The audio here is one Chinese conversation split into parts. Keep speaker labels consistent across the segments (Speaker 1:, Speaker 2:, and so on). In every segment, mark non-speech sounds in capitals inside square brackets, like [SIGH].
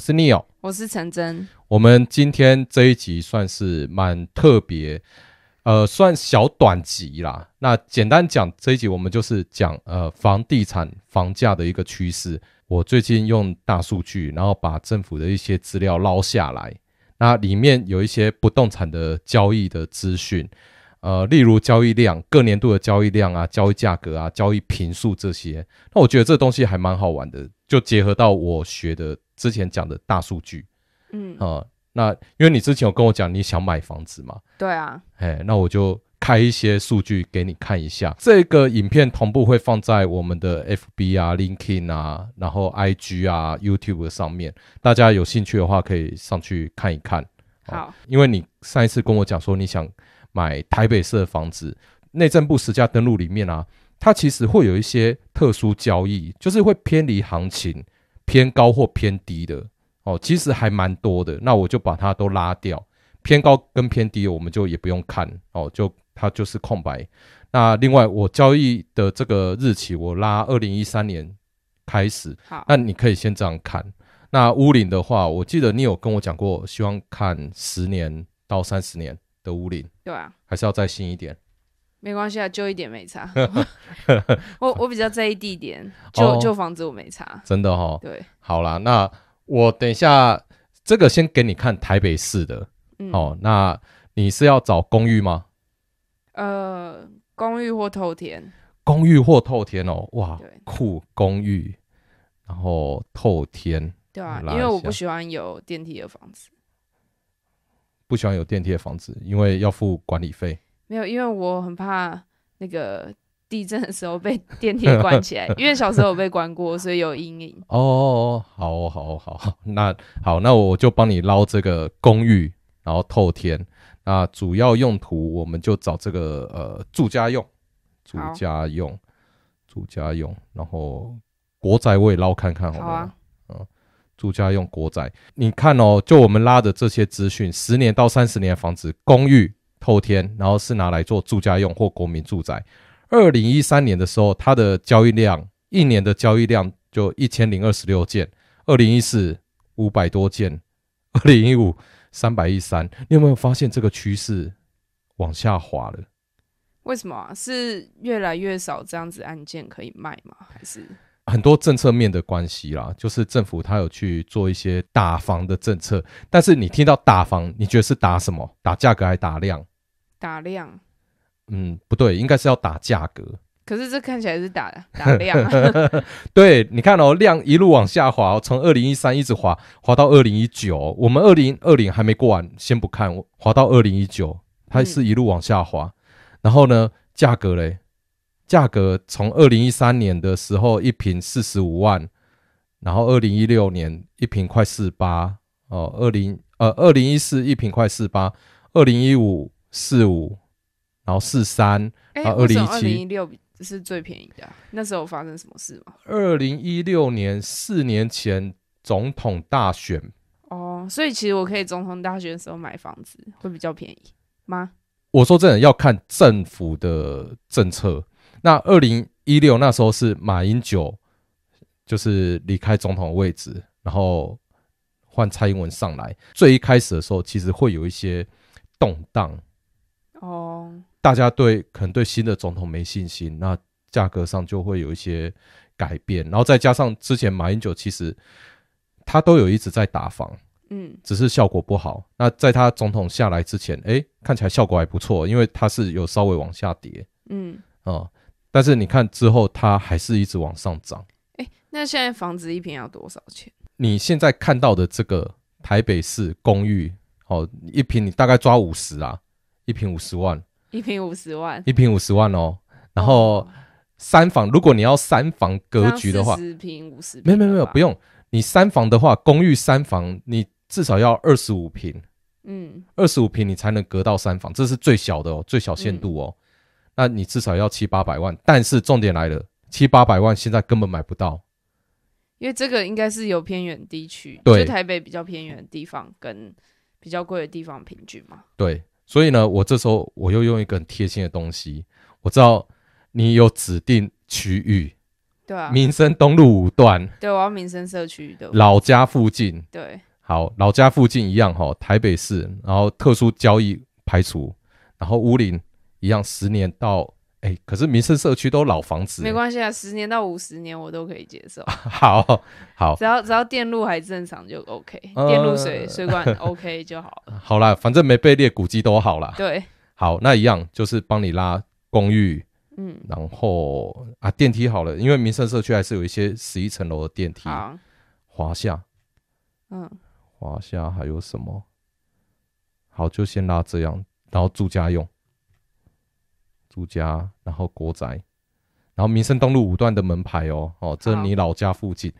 Speaker 1: 是 Neo。
Speaker 2: 我是陈真，
Speaker 1: 我们今天这一集算是蛮特别，呃，算小短集啦。那简单讲，这一集我们就是讲呃房地产房价的一个趋势。我最近用大数据，然后把政府的一些资料捞下来，那里面有一些不动产的交易的资讯，呃，例如交易量、各年度的交易量啊、交易价格啊、交易频数这些。那我觉得这东西还蛮好玩的，就结合到我学的之前讲的大数据。
Speaker 2: 嗯，
Speaker 1: 啊、那因为你之前有跟我讲你想买房子嘛，
Speaker 2: 对啊，
Speaker 1: 哎，那我就开一些数据给你看一下。这个影片同步会放在我们的 FB 啊、LinkedIn 啊，然后 IG 啊、YouTube 上面，大家有兴趣的话可以上去看一看。
Speaker 2: 好，
Speaker 1: 因为你上一次跟我讲说你想买台北市的房子，内政部实价登录里面啊，它其实会有一些特殊交易，就是会偏离行情，偏高或偏低的哦，其实还蛮多的。那我就把它都拉掉，偏高跟偏低我们就也不用看哦，就它就是空白。那另外我交易的这个日期我拉二零一三年开始，
Speaker 2: 好，
Speaker 1: 那你可以先这样看。那屋龄的话，我记得你有跟我讲过，希望看十年到三十年的屋龄，
Speaker 2: 对啊，
Speaker 1: 还是要再新一点。
Speaker 2: 没关系啊，旧一点
Speaker 1: [LAUGHS]
Speaker 2: 没差。我我比较在意地点，旧
Speaker 1: 哦
Speaker 2: 旧房子我没差。
Speaker 1: 真的哈、哦，
Speaker 2: 对，
Speaker 1: 好啦，那我等一下这个先给你看台北市的、
Speaker 2: 嗯，
Speaker 1: 哦。那你是要找公寓吗？
Speaker 2: 呃，公寓或透天，
Speaker 1: 公寓或透天哦，哇
Speaker 2: 对，
Speaker 1: 酷公寓，然后透天，
Speaker 2: 对啊，
Speaker 1: 拉
Speaker 2: 因为
Speaker 1: 一
Speaker 2: 我
Speaker 1: 下
Speaker 2: 不喜欢有电梯的房子，
Speaker 1: 不喜欢有电梯的房子，因为要付管理费。
Speaker 2: 没有，因为我很怕那个地震的时
Speaker 1: [LAUGHS]
Speaker 2: 候被电梯关起来，因为小时候我被关过，所以有阴影。
Speaker 1: 哦哦，哦好哦好哦好好，那好，那我就帮你捞这个公寓，然后透天。那主要用途我们就找这个呃住家用，住
Speaker 2: 好
Speaker 1: 家用，住家用，然后国宅我也捞看看好
Speaker 2: 好
Speaker 1: 了。
Speaker 2: 啊，
Speaker 1: 住家用国宅，你看哦，就我们拉的这些资讯，十年到三十年的房子，公寓、透天，然后是拿来做住家用或国民住宅。二零一三年的时候，它的交易量一年的交易量就一千零二十六件，二零一四五百多件，二零一五三百一三。你有没有发现这个趋势往下滑了？
Speaker 2: 为什么啊、是越来越少这样子案件可以卖吗？还是
Speaker 1: 很多政策面的关系啦，就是政府它有去做一些打房的政策，但是你听到打房，你觉得是打什么？打价格还打量？
Speaker 2: 打量？
Speaker 1: 嗯，不对，应该是要打价格。
Speaker 2: 可是这看起来
Speaker 1: [LAUGHS]
Speaker 2: 是打打量、啊，
Speaker 1: 对，你看哦，量一路往下滑哦，从二零一三一直滑，滑到二零一九。我们二零二零还没过完，先不看，我滑到二零一九，它是一路往下滑。然后呢，价格嘞，价格从二零一三年的时候一瓶四十五万，然后二零一六年一瓶快四八，哦，二零呃二零一四一瓶快四八，二零一五四五，然后四三，
Speaker 2: 哎、
Speaker 1: 啊
Speaker 2: 为什么二零一
Speaker 1: 2017
Speaker 2: 六是最便宜的啊、那时候发生什么事吗？
Speaker 1: 二零一六年四年前总统大选，
Speaker 2: 哦，所以其实我可以总统大学的时候买房子会比较便宜吗？
Speaker 1: 我说真的要看政府的政策。那二零一六那时候是马英九，就是离开总统的位置，然后换蔡英文上来。最一开始的时候，其实会有一些动荡，
Speaker 2: 哦，
Speaker 1: 大家对可能对新的总统没信心，那价格上就会有一些改变。然后再加上之前马英九其实他都有一直在打房。
Speaker 2: 嗯，
Speaker 1: 只是效果不好。那在他总统下来之前，诶，看起来效果还不错，因为他是有稍微往下跌
Speaker 2: 嗯，
Speaker 1: 啊、嗯但是你看之后，它还是一直往上涨。
Speaker 2: 那现在房子一平要多少钱？ [LAUGHS]
Speaker 1: 你现在看到的这个台北市公寓，哦，一平你大概抓五十啊，一平五十万，
Speaker 2: 一平五十万，
Speaker 1: 一平五十万哦。然后三房，如果你要三房格局的话，
Speaker 2: 十平五十，50
Speaker 1: 没有
Speaker 2: 平
Speaker 1: 没有没有，
Speaker 2: 吧
Speaker 1: 不，用。你三房的话，公寓三房，你至少要二十五平。
Speaker 2: 嗯，
Speaker 1: 二十五平你才能隔到三房，这是最小的哦，最小限度
Speaker 2: 嗯
Speaker 1: 哦。那你至少要七八百万，但是重点来了，七八百万现在根本买不到。
Speaker 2: 因为这个应该是有偏远地区，
Speaker 1: 对
Speaker 2: 就台北比较偏远的地方跟比较贵的地方平均嘛。
Speaker 1: 对，所以呢，我这时候我又用一个很贴心的东西，我知道你有指定区域，
Speaker 2: 对啊，嗯
Speaker 1: 民生东路五段
Speaker 2: 对，我要民生社区的，
Speaker 1: 老家附近。
Speaker 2: 对，
Speaker 1: 好，老家附近一样哈、台北市，然后特殊交易排除，然后乌林一样，十年到哎，可是民生社区都老房子，
Speaker 2: 没关系啊，十年到五十年我都可以接受，
Speaker 1: 系。 [LAUGHS] 好好
Speaker 2: 只要 [LAUGHS] 只要电路还正常就 OK，
Speaker 1: 呃
Speaker 2: 电路水水管 OK 就好了。
Speaker 1: 好啦，反正没被列古迹都好啦。 [LAUGHS]
Speaker 2: 对，
Speaker 1: 好，那一样就是帮你拉公寓，
Speaker 2: 嗯，
Speaker 1: 然后啊电梯好了，因为民生社区还是有一些十一层楼的电梯。
Speaker 2: 好，
Speaker 1: 华夏，
Speaker 2: 嗯，
Speaker 1: 华夏还有什么？好，就先拉这样，然后住家用，住家，然后国宅，然后民生东路五段的门牌哦，哦，这是
Speaker 2: 好
Speaker 1: 你老家附近，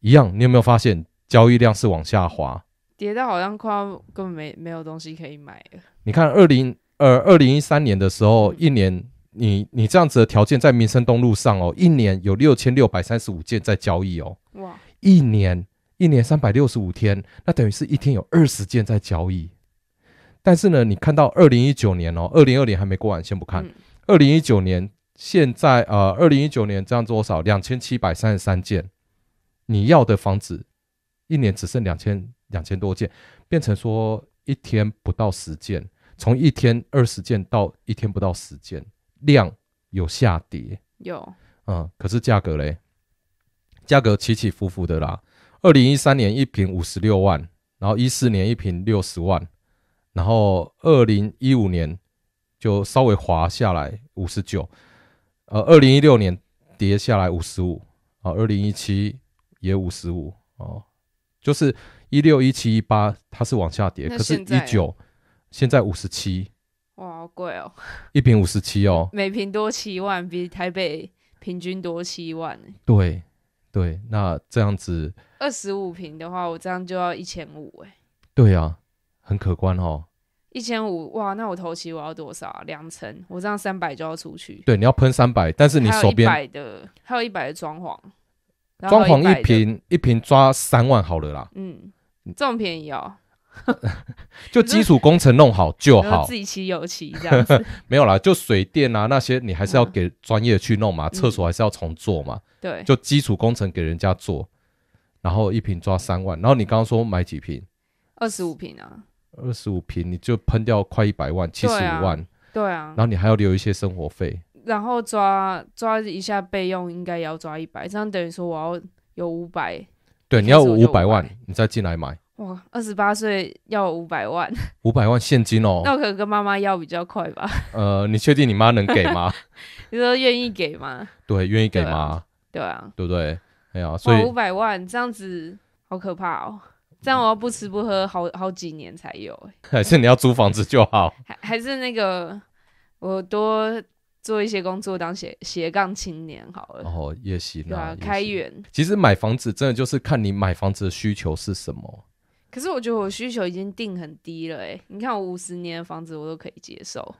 Speaker 1: 一样。你有没有发现交易量是往下滑？
Speaker 2: 跌到好像快要根本没没有东西可以买了。
Speaker 1: 你看二零呃二零一三年的时候，
Speaker 2: 嗯
Speaker 1: 一年你你这样子的条件在民生东路上哦，一年有六千六百三十五件在交易哦，
Speaker 2: 哇，
Speaker 1: 一年一年三百六十五天，那等于是一天有二十件在交易。但是呢，你看到二零一九年哦，二零二零还没过完，先不看
Speaker 2: 嗯。
Speaker 1: 二零一九年现在呃，二零一九年这样多少？两千七百三十三件，你要的房子一年只剩两千两千多件，变成说一天不到十件，从一天二十件到一天不到十件，量有下跌。
Speaker 2: 有，
Speaker 1: 嗯，可是价格嘞，价格起起伏伏的啦。二零一三年一瓶五十六万，然后一四年一瓶六十万，然后二零一五年就稍微滑下来五十九，呃，二零一六年跌下来五十五，啊，二零一七也五十五哦，就是一六一七一八它是往下跌，
Speaker 2: 那
Speaker 1: 可是
Speaker 2: 现在
Speaker 1: 一九现在五十七，
Speaker 2: 哇，好贵哦，
Speaker 1: 一瓶五十七哦，
Speaker 2: 每平多七万，比台北平均多七万欸。
Speaker 1: 对对，那这样子。
Speaker 2: 二十五平的话，我这样就要一千五哎，
Speaker 1: 对啊，很可观哦。
Speaker 2: 一千五哇，那我头期我要多少啊？两层，我这样三百就要出去。
Speaker 1: 对，你要喷三百，但是你
Speaker 2: 还有
Speaker 1: 手
Speaker 2: 一
Speaker 1: 边
Speaker 2: 百的，还有一百的装潢，然后
Speaker 1: 装
Speaker 2: 还有
Speaker 1: 潢
Speaker 2: 100
Speaker 1: 一
Speaker 2: 的，
Speaker 1: 瓶一瓶抓三万好了
Speaker 2: [LAUGHS]
Speaker 1: 啦，
Speaker 2: 嗯，这么便宜哦，
Speaker 1: 就基础工程弄好就
Speaker 2: 然后
Speaker 1: 好
Speaker 2: 自。己漆油漆这
Speaker 1: [LAUGHS]
Speaker 2: 样子，
Speaker 1: 没有啦，就水电啊那些，你还是要
Speaker 2: 嗯
Speaker 1: 给专业去弄嘛，厕所还是要重做嘛，
Speaker 2: 对，
Speaker 1: 就基础工程给人家做，然后一瓶抓三万，然后你刚刚说买几瓶？
Speaker 2: 二十五平啊，
Speaker 1: 二十五瓶你就喷掉快一百万，七十
Speaker 2: 对啊
Speaker 1: 五万，
Speaker 2: 对啊
Speaker 1: 然，后你还要留一些生活费，
Speaker 2: 然后抓抓一下备用，应该也要抓一百，这样等于说我要有五百，
Speaker 1: 对，
Speaker 2: 一
Speaker 1: 你
Speaker 2: 开
Speaker 1: 要
Speaker 2: 始我就
Speaker 1: 五百万
Speaker 2: 500，
Speaker 1: 你再进来买
Speaker 2: 哇，二十八岁要五百万，
Speaker 1: 五百万现金哦
Speaker 2: 那。我可能跟妈妈要比较快吧？ [LAUGHS]
Speaker 1: 呃，你确定你妈能给吗？
Speaker 2: 你说愿意给吗？
Speaker 1: 对，愿意给
Speaker 2: 对啊
Speaker 1: 吗？
Speaker 2: 对啊，
Speaker 1: 对不对？哎呀，所
Speaker 2: 哇，
Speaker 1: 以
Speaker 2: 五百万这样子好可怕哦，这样我要不吃不喝好好几年才有、欸。
Speaker 1: [LAUGHS] 还是你要租房子就好。
Speaker 2: 还还是那个，我多做一些工作当斜斜杠青年好
Speaker 1: [LAUGHS]
Speaker 2: 了，
Speaker 1: 哦，也行
Speaker 2: 对
Speaker 1: 啦
Speaker 2: 啊，，
Speaker 1: 也
Speaker 2: 开
Speaker 1: 行。
Speaker 2: 源。
Speaker 1: 其实买房子真的就是看你买房子的需求是什么。
Speaker 2: 可是我觉得我需求已经定很低了、欸，你看我五十年的房子我都可以接受，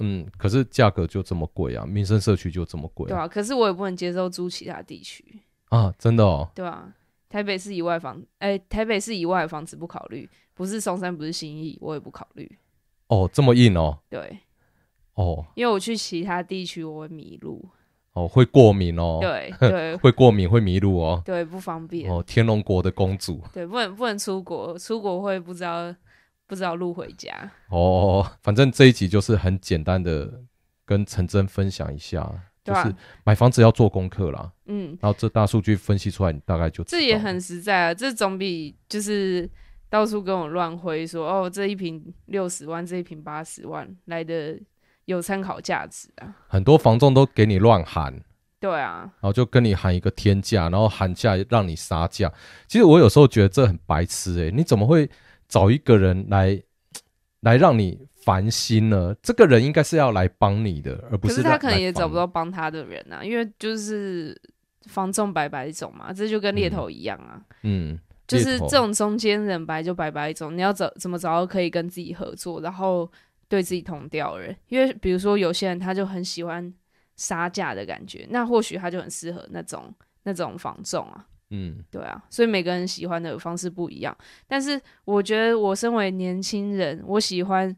Speaker 1: 嗯，可是价格就这么贵啊，民生社区就这么贵
Speaker 2: 对啊，可是我也不能接受租其他地区，
Speaker 1: 啊，真的哦。
Speaker 2: 对啊，台北市以外房，哎、台北市以外的房子不考虑，不是松山，不是新义，我也不考虑，
Speaker 1: 哦，这么硬哦，
Speaker 2: 对，
Speaker 1: 哦
Speaker 2: 因为我去其他地区我会迷路，
Speaker 1: 哦，会过敏哦，
Speaker 2: 对对
Speaker 1: 会过敏会迷路哦。
Speaker 2: 对，不方便，
Speaker 1: 哦，天龙国的公主
Speaker 2: 对，不能不能出国，出国会不知道不知道路回家。
Speaker 1: 哦，反正这一集就是很简单的跟陈真分享一下，就
Speaker 2: 对啊
Speaker 1: 是买房子要做功课啦，
Speaker 2: 嗯，
Speaker 1: 然后这大数据分析出来，你大概就知
Speaker 2: 这也
Speaker 1: 道了
Speaker 2: 很实在啊，这总比就是到处跟我乱挥说哦，这一瓶六十万，这一瓶八十万来的有参考价值啊。
Speaker 1: 很多房仲都给你乱喊，
Speaker 2: 对啊，
Speaker 1: 然后就跟你喊一个天价，然后喊价让你杀价。其实我有时候觉得这很白痴欸诶、你怎么会找一个人来来让你烦心呢？这个人应该是要来帮你的，而不
Speaker 2: 可
Speaker 1: 是
Speaker 2: 是他
Speaker 1: 来
Speaker 2: 可能也找不。
Speaker 1: 来
Speaker 2: 到帮他的人啊，因为就是防重百百种嘛，这就跟猎头一样啊，
Speaker 1: 帮你嗯，
Speaker 2: 就是
Speaker 1: 猎头
Speaker 2: 这种中间人白就百百种，你要找怎么找到可以跟自己合作，然后对自己同调的人，因为比如说有些人他就很喜欢杀价的感觉，那或许他就很适合那种那种防重啊。
Speaker 1: 嗯
Speaker 2: 对啊，所以每个人喜欢的方式不一样。但是我觉得，我身为年轻人，我喜欢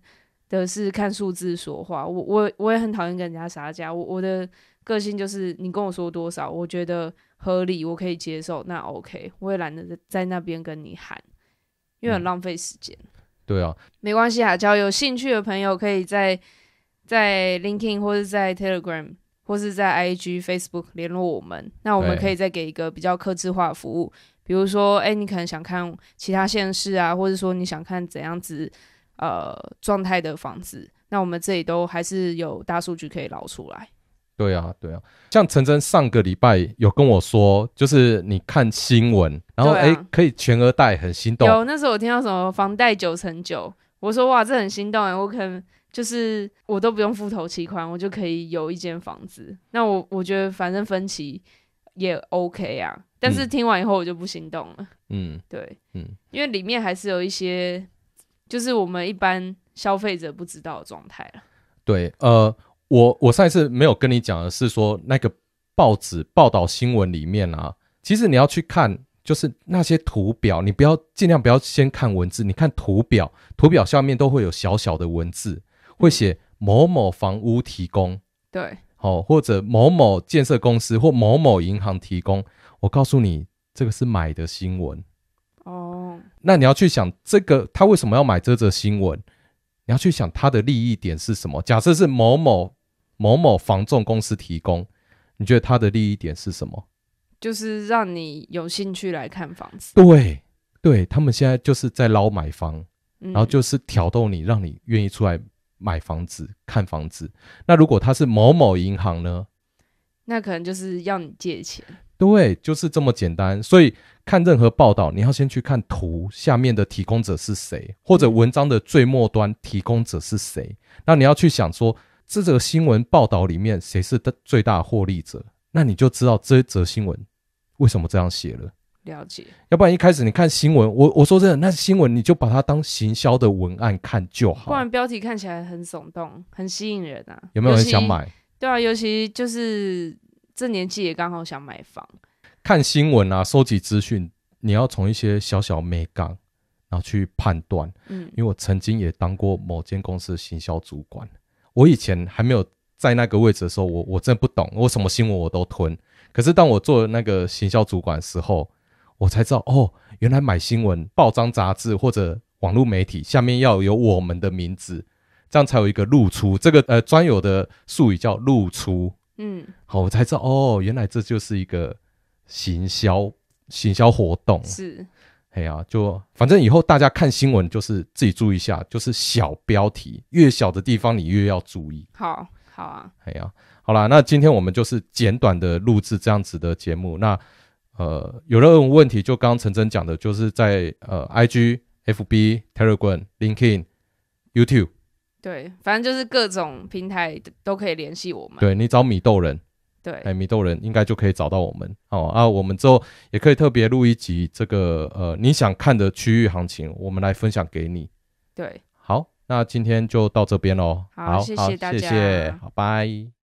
Speaker 2: 的是看数字说话。我我我也很讨厌跟人家杀价。我我的个性就是你跟我说多少，我觉得合理，我可以接受，那 OK，我也懒得在在那边跟你喊，因为
Speaker 1: 嗯
Speaker 2: 很浪费时间。
Speaker 1: 对啊，
Speaker 2: 没关系啊，只要有兴趣的朋友可以在在 LinkedIn 或是在 Telegram 或是在 IG、Facebook 联络我们，那我们
Speaker 1: 对
Speaker 2: 可以再给一个比较客制化的服务，比如说，哎、你可能想看其他县市啊，或者说你想看怎样子呃状态的房子，那我们这里都还是有大数据可以捞出来。
Speaker 1: 对啊，对啊，像陈真上个礼拜有跟我说，就是你看新闻，然后
Speaker 2: 对啊
Speaker 1: 哎、诶可以全额贷，很心动。
Speaker 2: 有那时候我听到什么房贷九成九，我说哇，这很心动哎，我可能就是我都不用付头期款，我就可以有一间房子。那我我觉得反正分期也 OK 啊，但是
Speaker 1: 嗯
Speaker 2: 听完以后我就不心动了，
Speaker 1: 嗯，
Speaker 2: 对，
Speaker 1: 嗯，
Speaker 2: 因为里面还是有一些就是我们一般消费者不知道的状态了。
Speaker 1: 对，呃，我我上一次没有跟你讲的是说，那个报纸报道新闻里面啊，其实你要去看，就是那些图表，你不要尽量不要先看文字，你看图表，图表下面都会有小小的文字，会写某某房屋提供，
Speaker 2: 对，
Speaker 1: 哦，或者某某建设公司或某某银行提供。我告诉你，这个是买的新闻。
Speaker 2: 哦，
Speaker 1: 那你要去想，这个他为什么要买这则新闻？你要去想他的利益点是什么？假设是某某某某房仲公司提供，你觉得他的利益点是什么？
Speaker 2: 就是让你有兴趣来看房子，
Speaker 1: 对，对他们现在就是在捞买房，
Speaker 2: 嗯、
Speaker 1: 然后就是挑逗你，让你愿意出来买房子、看房子。那如果他是某某银行呢？
Speaker 2: 那可能就是要你借钱。
Speaker 1: 对，就是这么简单。所以看任何报道，你要先去看图下面的提供者是谁，或者文章的最末端提供者是谁。那你要去想说，这则新闻报道里面谁是的最大获利者，那你就知道这则新闻为什么这样写了。
Speaker 2: 了解，
Speaker 1: 要不然一开始你看新闻，我我说真的，那新闻你就把它当行销的文案看就
Speaker 2: 不
Speaker 1: 好
Speaker 2: 然。标题看起来很耸动，很吸引人啊。
Speaker 1: 有没有人想
Speaker 2: 尤其
Speaker 1: 买？
Speaker 2: 对啊，尤其就是这年纪也刚好想买房，
Speaker 1: 看新闻啊，收集资讯，你要从一些小小美感，然后去判断。
Speaker 2: 嗯
Speaker 1: 因为我曾经也当过某间公司的行销主管。我以前还没有在那个位置的时候，我我真的不懂，我什么新闻我都吞。可是当我做那个行销主管的时候，我才知道哦，原来买新闻、报章、杂志或者网络媒体下面要有我们的名字，这样才有一个露出。这个呃专有的术语叫露出。
Speaker 2: 嗯，
Speaker 1: 好，我才知道哦，原来这就是一个行销行销活动。
Speaker 2: 是
Speaker 1: 哎呀、就反正以后大家看新闻就是自己注意一下，就是小标题，越小的地方你越要注意。
Speaker 2: 好好啊，
Speaker 1: 哎呀、好啦，那今天我们就是简短的录制这样子的节目。那呃，有任何问题，就刚刚陈真讲的，就是在呃，IG、FB、Telegram、LinkedIn、YouTube，
Speaker 2: 对，反正就是各种平台都可以联系我们，
Speaker 1: 对你找米豆人，
Speaker 2: 对
Speaker 1: 哎，米豆人应该就可以找到我们哦。啊，我们之后也可以特别录一集这个呃你想看的区域行情，我们来分享给你。
Speaker 2: 对。
Speaker 1: 好，那今天就到这边喽。
Speaker 2: 好谢谢大
Speaker 1: 谢
Speaker 2: 家
Speaker 1: 谢，好，拜。